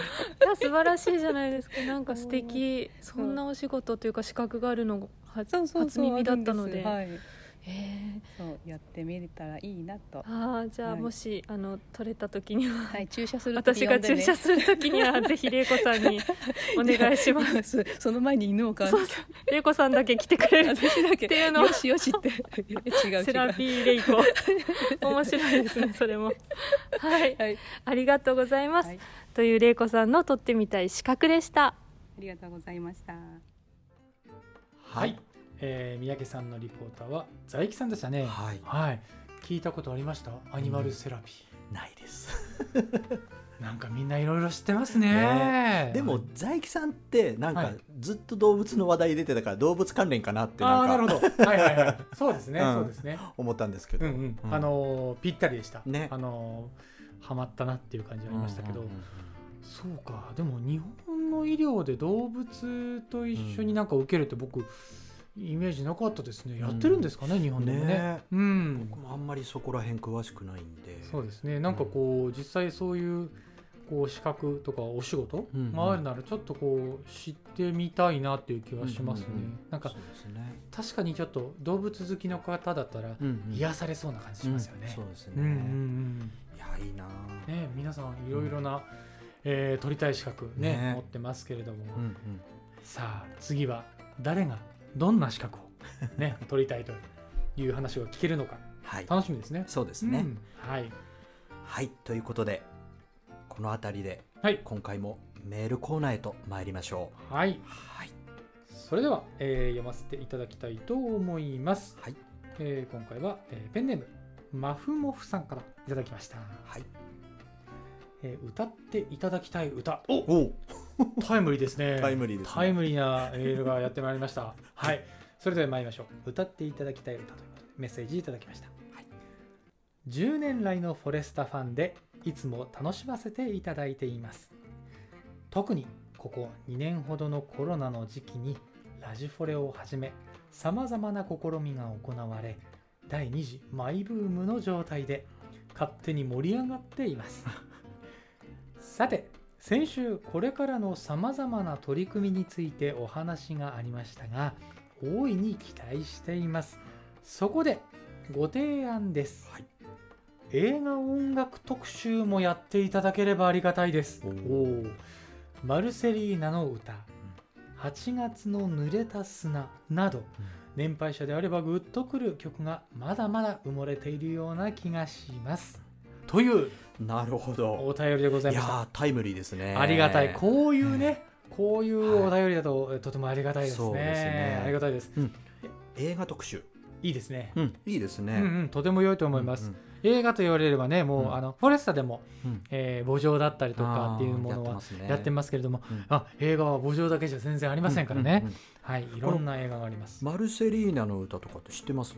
[SPEAKER 7] ら
[SPEAKER 6] や素晴らしいじゃないですかなんか素 敵そんなお仕事というか資格があるのは
[SPEAKER 7] そうそう
[SPEAKER 6] 初
[SPEAKER 7] そう
[SPEAKER 6] 耳だったの
[SPEAKER 7] あるん
[SPEAKER 6] です
[SPEAKER 7] はい、
[SPEAKER 6] え
[SPEAKER 7] そうやってみれたらいいなと
[SPEAKER 6] ー、ああじゃあ、
[SPEAKER 7] はい
[SPEAKER 6] もしあの取れた時には
[SPEAKER 7] はい注射する時
[SPEAKER 6] 私が注射
[SPEAKER 7] す
[SPEAKER 6] する時に はぜひ玲子さんにお願いします
[SPEAKER 7] す その前に犬を飼う
[SPEAKER 6] そうそう玲子さんだけ来てくれる
[SPEAKER 7] 私だけ
[SPEAKER 6] っていうのは
[SPEAKER 7] よしよしって違う違 う
[SPEAKER 6] セラピーレイコ 面白いですねそれも はい
[SPEAKER 7] はい、
[SPEAKER 6] ありがとうございます、
[SPEAKER 7] はい
[SPEAKER 6] という玲子さんのとってみたい資格でした
[SPEAKER 7] ありがとうございました。
[SPEAKER 2] は
[SPEAKER 1] はいい、
[SPEAKER 2] えー、三宅さんのリポーターは財木さんでしたね
[SPEAKER 1] はい
[SPEAKER 2] はい、聞いたことありましたアニマルセラピ
[SPEAKER 1] ないです
[SPEAKER 2] ー、なんかみんないろいろ知ってますね
[SPEAKER 1] ねでも財木さんってなん
[SPEAKER 2] は
[SPEAKER 1] か
[SPEAKER 2] い
[SPEAKER 1] ずっと動物の話題出てたから動物関連かなって
[SPEAKER 2] ああー
[SPEAKER 1] な
[SPEAKER 2] なる
[SPEAKER 1] んか
[SPEAKER 2] ほどはいはい はいそうですね、
[SPEAKER 1] うん
[SPEAKER 2] そうですね
[SPEAKER 1] 思ったんですけ
[SPEAKER 2] う
[SPEAKER 1] ど
[SPEAKER 2] んうん、
[SPEAKER 1] うん
[SPEAKER 2] あのーぴったりでした
[SPEAKER 1] ね
[SPEAKER 2] あのーハマったなっていう感じがありましたけど、
[SPEAKER 1] うんうんうん
[SPEAKER 2] そうかでも日本の医療で動物と一緒になんか受けるって僕、イメージなかったですねやってるんですかね、日本でもね
[SPEAKER 1] ね
[SPEAKER 2] う
[SPEAKER 1] うん
[SPEAKER 2] ん
[SPEAKER 1] 僕もあんまりそこら辺詳しくないんで
[SPEAKER 2] そうですねなんかこう、実際そういうこう資格とかお仕事
[SPEAKER 1] うんうん
[SPEAKER 2] があるならちょっとこう知ってみたいなっていう気はしますね、
[SPEAKER 1] うんうんうん
[SPEAKER 2] なんか
[SPEAKER 1] そうですね
[SPEAKER 2] 確かにちょっと動物好きの方だったら
[SPEAKER 1] うんうん
[SPEAKER 2] 癒されそうな感じしますよ
[SPEAKER 1] うん
[SPEAKER 2] ね
[SPEAKER 1] そうです
[SPEAKER 2] うん
[SPEAKER 1] ね、
[SPEAKER 2] うんうん
[SPEAKER 1] いやいいなぁ
[SPEAKER 2] ね皆さんいろいろな、えー取りたい資格ね
[SPEAKER 1] ね
[SPEAKER 2] 持ってますけれども、
[SPEAKER 1] うんうん
[SPEAKER 2] さあ次は誰がどんな資格を、 ね、取りたいという話を聞けるのか
[SPEAKER 1] はい
[SPEAKER 2] 楽しみですね。
[SPEAKER 1] そうですね、
[SPEAKER 2] うんはい、
[SPEAKER 1] はいということでこの辺りで
[SPEAKER 2] はい
[SPEAKER 1] 今回もメールコーナーへと参りましょう
[SPEAKER 2] はい、
[SPEAKER 1] はい
[SPEAKER 2] それでは、えー読ませていただきたいと思います。
[SPEAKER 1] はい
[SPEAKER 2] えー今回は、えーペンネームマフモフさんからいただきました。
[SPEAKER 1] はい
[SPEAKER 2] えー歌っていただきたい歌お
[SPEAKER 1] おお
[SPEAKER 2] タイムリーですね。
[SPEAKER 1] タイムリーですね
[SPEAKER 2] タイムリーなメールがやってまいり ました。はい。それでは参りましょう。歌っていただきたい歌ということでメッセージいただきました。
[SPEAKER 1] はい
[SPEAKER 2] 10年来のフォレスタファンでいつも楽しませていただいています。特にここ2年ほどのコロナの時期にラジフォレをはじめさまざまな試みが行われ第2次マイブームの状態で勝手に盛り上がっています さて先週これからのさまざまな取り組みについてお話がありましたが大いに期待していますそこでご提案です、
[SPEAKER 1] はい
[SPEAKER 2] 映画音楽特集もやっていただければありがたいです
[SPEAKER 1] おー
[SPEAKER 2] おーマルセリーナの歌8月の濡れた砂など年配者であればグッとくる曲がまだまだ埋もれているような気がしますという
[SPEAKER 1] なるほど
[SPEAKER 2] お便りでござい
[SPEAKER 1] い
[SPEAKER 2] ま
[SPEAKER 1] や
[SPEAKER 2] した
[SPEAKER 1] ータイムリーですね
[SPEAKER 2] ありがたい。こういうね、こういうお便りだと、えとてもありがたいですね。
[SPEAKER 1] そうですね
[SPEAKER 2] ありがたいです。
[SPEAKER 1] 映画特集、
[SPEAKER 2] いいですね。
[SPEAKER 1] うん、いいですね、
[SPEAKER 2] うんうん、とても良いと思います。
[SPEAKER 1] うん
[SPEAKER 2] 映画と言われればね、もう、
[SPEAKER 1] うん
[SPEAKER 2] あのフォレスタでも、
[SPEAKER 1] うん
[SPEAKER 2] えー、墓場だったりと
[SPEAKER 1] あ
[SPEAKER 2] か
[SPEAKER 1] ー
[SPEAKER 2] っていうもの
[SPEAKER 1] やって
[SPEAKER 2] は
[SPEAKER 1] ますね
[SPEAKER 2] やってますけれども、
[SPEAKER 1] うん
[SPEAKER 2] あ映画は墓場だけじゃ全然ありませんからね。
[SPEAKER 1] うんうんうん
[SPEAKER 2] はい、いろんな映画があります。
[SPEAKER 1] マルセリーナの歌とかって知ってます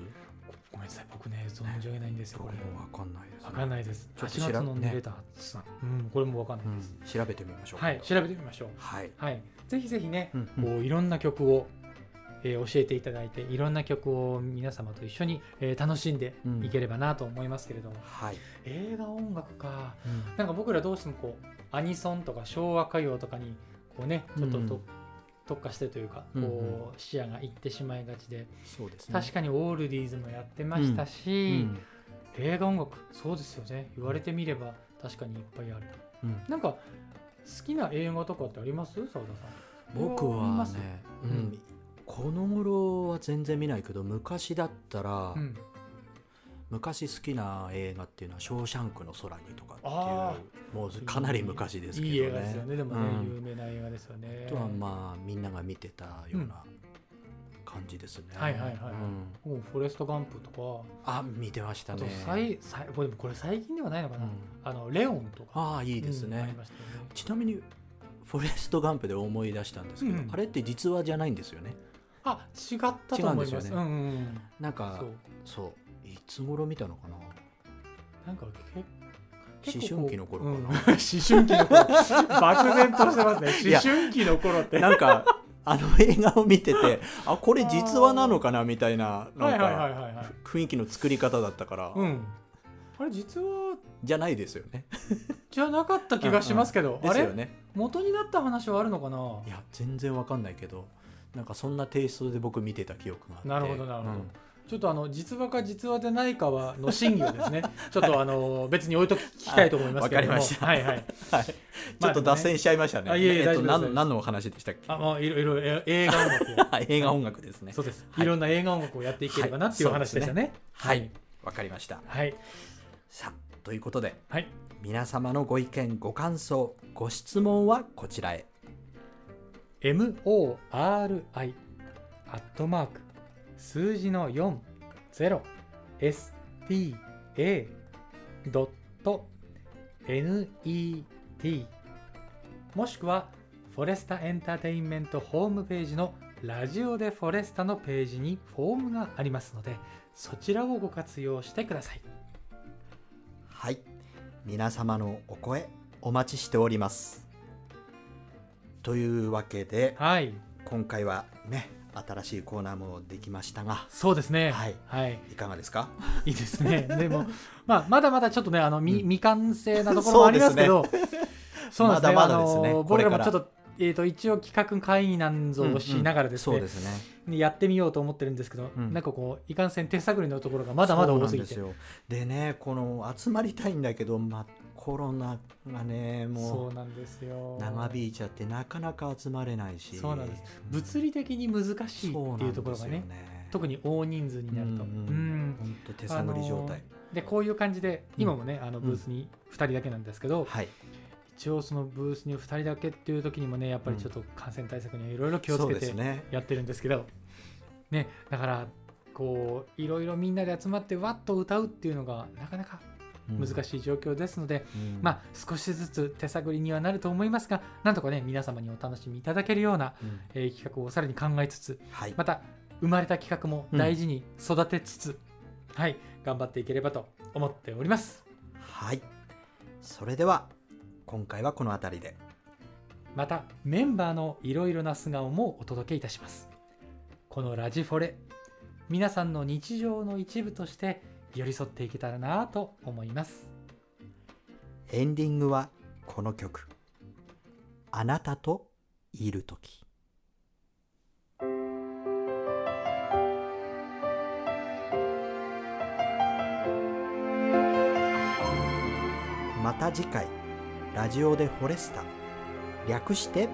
[SPEAKER 2] ごめんなさい、僕ね、存じ上げないんですよ。こ
[SPEAKER 1] 僕
[SPEAKER 2] れ
[SPEAKER 1] もわかんないです、
[SPEAKER 2] わかん
[SPEAKER 1] い、
[SPEAKER 2] ないです。
[SPEAKER 1] ちょっと知
[SPEAKER 2] 8月
[SPEAKER 1] ら
[SPEAKER 2] の
[SPEAKER 1] ね
[SPEAKER 2] 濡れたさん、うん、これもわかんな
[SPEAKER 1] う
[SPEAKER 2] いです。
[SPEAKER 1] ん、調べてみましょう
[SPEAKER 2] はい、調べてみましょう。
[SPEAKER 1] はい、
[SPEAKER 2] はい、ぜひぜひね、
[SPEAKER 1] うん
[SPEAKER 2] こういろんな曲を、えー教えていただいていろんな曲を皆様と一緒に、えー楽しんでいければなと思いますけれども、
[SPEAKER 1] はい、
[SPEAKER 2] 映画音楽かなんか僕らどうしてもこうアニソンとか昭和歌謡とかにこうねちょっとと、
[SPEAKER 1] うん
[SPEAKER 2] 特化してというか
[SPEAKER 1] う
[SPEAKER 2] こう、
[SPEAKER 1] んうん
[SPEAKER 2] 視野がいってしまいがちで
[SPEAKER 1] そうですね
[SPEAKER 2] 確かにオールディーズもやってましたし、
[SPEAKER 1] うん
[SPEAKER 2] 映画音楽そうですよね言われてみれば確かにいっぱいある
[SPEAKER 1] うん
[SPEAKER 2] なんか好きな映画とかってあります澤田さん
[SPEAKER 1] 僕
[SPEAKER 2] 見ま
[SPEAKER 1] は
[SPEAKER 2] す
[SPEAKER 1] ね、う
[SPEAKER 2] うん
[SPEAKER 1] ん、この頃は全然見ないけど昔だったら、
[SPEAKER 2] うん
[SPEAKER 1] 昔好きな映画っていうのは「ショーシャンクの空に」とかって
[SPEAKER 2] あ
[SPEAKER 1] いうもうかなり昔ですけどね。
[SPEAKER 2] いい映画ですよねでもね、
[SPEAKER 1] うん
[SPEAKER 2] 有名な映画ですよね
[SPEAKER 1] あとはまあみんなが見てたような感じですね。
[SPEAKER 2] はいはいはい
[SPEAKER 1] うん
[SPEAKER 2] もうフォレストガンプとか
[SPEAKER 1] あ見てました
[SPEAKER 2] あ
[SPEAKER 1] ね
[SPEAKER 2] と。最最これこれ最近ではないのかな、
[SPEAKER 1] うん
[SPEAKER 2] あのレオンとか
[SPEAKER 1] ああい
[SPEAKER 2] い
[SPEAKER 1] いですね。
[SPEAKER 2] ありましたよね
[SPEAKER 1] ちなみにフォレストガンプで思い出したんですけど、
[SPEAKER 2] うん
[SPEAKER 1] あれって実話じゃないんですよね。
[SPEAKER 2] あ違ったと思い
[SPEAKER 1] 違うん
[SPEAKER 2] ま
[SPEAKER 1] です
[SPEAKER 2] す
[SPEAKER 1] よね
[SPEAKER 2] うんうんうん
[SPEAKER 1] なんか
[SPEAKER 2] そう
[SPEAKER 1] そういつ頃見たのかな。
[SPEAKER 2] なんかけ
[SPEAKER 1] 思春期の頃かな
[SPEAKER 2] うん 思春期の頃 漠然としてます
[SPEAKER 1] い
[SPEAKER 2] ね
[SPEAKER 1] や
[SPEAKER 2] 思春期の頃って
[SPEAKER 1] なんかあの映画を見ててあこれ実話なのかなみたいな
[SPEAKER 2] は
[SPEAKER 1] なん
[SPEAKER 2] いはいはい
[SPEAKER 1] か
[SPEAKER 2] はいはい
[SPEAKER 1] 雰囲気の作り方だったから、
[SPEAKER 2] うんあれ実は
[SPEAKER 1] じゃないですよね。
[SPEAKER 2] じゃなかった気がしますけど、
[SPEAKER 1] で
[SPEAKER 2] あ
[SPEAKER 1] す
[SPEAKER 2] れ、
[SPEAKER 1] よね。
[SPEAKER 2] 元になった話はあるのかない
[SPEAKER 1] や全然わかんないけどなんかそんなテイストで僕見てた記憶があって
[SPEAKER 2] なるほどなるほど
[SPEAKER 1] うん
[SPEAKER 2] ちょっとあの実話か実話でないかはの審議を ですねちょっとあの別に置いとき聞きたいと思いますけれど
[SPEAKER 1] あ
[SPEAKER 2] も
[SPEAKER 1] わかりました
[SPEAKER 2] はいはい
[SPEAKER 1] はい、ちょっと脱線しちゃいましたね。
[SPEAKER 2] まあでもねあいえいえ
[SPEAKER 1] えっと
[SPEAKER 2] 大丈夫です大丈夫で
[SPEAKER 1] 何
[SPEAKER 2] す
[SPEAKER 1] 何のお話でしたっけ？
[SPEAKER 2] あまあいろいろえ映画音楽 を
[SPEAKER 1] 映画音楽ですね。
[SPEAKER 2] そうです、
[SPEAKER 1] はい
[SPEAKER 2] い、ろんな映画音楽をやっていければなっていうお話でしたね
[SPEAKER 1] はい、わかりました。
[SPEAKER 2] はい
[SPEAKER 1] さあということで
[SPEAKER 2] はい
[SPEAKER 1] 皆様のご意見、ご感想、ご質問はこちらへ。
[SPEAKER 2] mori アットマーク数字の 40sta.net もしくはフォレスタエンターテインメントホームページのラジオでフォレスタのページにフォームがありますのでそちらをご活用してください
[SPEAKER 1] はい、皆様のお声お待ちしております。というわけで、
[SPEAKER 2] はい
[SPEAKER 1] 今回はね新しいコーナーもできましたが、
[SPEAKER 2] そうですね
[SPEAKER 1] はい
[SPEAKER 2] はい、
[SPEAKER 1] いかがですか？
[SPEAKER 2] いいで すね。でも、まあ、まだまだちょっとね、あの、未
[SPEAKER 1] うん
[SPEAKER 2] 未完成なところもありますけど、そうなんです
[SPEAKER 1] まだ
[SPEAKER 2] ね。
[SPEAKER 1] まだですね
[SPEAKER 2] あの
[SPEAKER 1] これ
[SPEAKER 2] 僕
[SPEAKER 1] からら
[SPEAKER 2] もちょっと、えっ、と、一応企画会議なんぞをしながらです
[SPEAKER 1] そう
[SPEAKER 2] ね
[SPEAKER 1] で、すね。
[SPEAKER 2] やってみようと思ってるんですけど、
[SPEAKER 1] うん
[SPEAKER 2] なんかこう、いかんせん手探りのところがまだまだ多すぎて。
[SPEAKER 1] そ
[SPEAKER 2] そうう
[SPEAKER 1] なんですよでねこの集まりたいんだけど、まあ、コロナがねも
[SPEAKER 2] なんです
[SPEAKER 1] う
[SPEAKER 2] よ。
[SPEAKER 1] 長引いちゃってなかなか集まれないし
[SPEAKER 2] そうなんです
[SPEAKER 1] ん
[SPEAKER 2] 物理的に難しいっていうところがね、
[SPEAKER 1] 特
[SPEAKER 2] 特に大人数になると。
[SPEAKER 1] う
[SPEAKER 2] うんん
[SPEAKER 1] うん本当手探り状態、
[SPEAKER 2] で、こういう感じで、
[SPEAKER 1] うん
[SPEAKER 2] 今もね、あの、ブースに2人だけなんですけど、
[SPEAKER 1] はい
[SPEAKER 2] 一応そのブースに2人だけっていう時にもねやっぱりちょっと感染対策にはいろいろ気をつけ
[SPEAKER 1] そうで
[SPEAKER 2] て
[SPEAKER 1] すね
[SPEAKER 2] やってるんですけどねだからこういろいろみんなで集まってわっと歌うっていうのがなかなか難しい状況ですので、
[SPEAKER 1] うん
[SPEAKER 2] まあ少しずつ手探りにはなると思いますがなんとかね皆様にお楽しみいただけるような、
[SPEAKER 1] うん
[SPEAKER 2] えー企画をさらに考えつつ
[SPEAKER 1] はい、
[SPEAKER 2] また生まれた企画も大事に育てつつ、はい頑張っていければと思っております
[SPEAKER 1] はい、それでは今回はこの辺りで
[SPEAKER 2] またメンバーのいろいろな素顔もお届けいたしますこのラジフォレ皆さんの日常の一部として寄り添っていけたらなぁと思います
[SPEAKER 1] エンディングはこの曲「あなたといる時」また次回ラジオでフォレスタ略して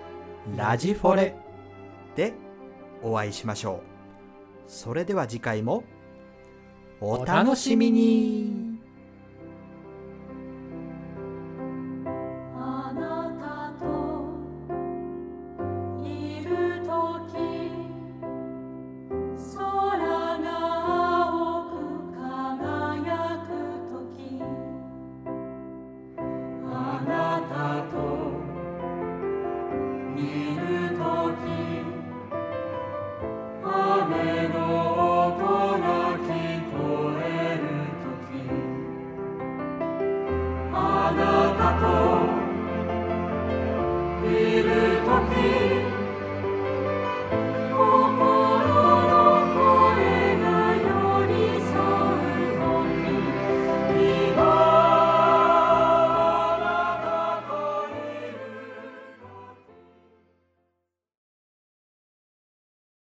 [SPEAKER 1] 「ラジフォレ」でお会いしましょうそれでは次回もお楽しみに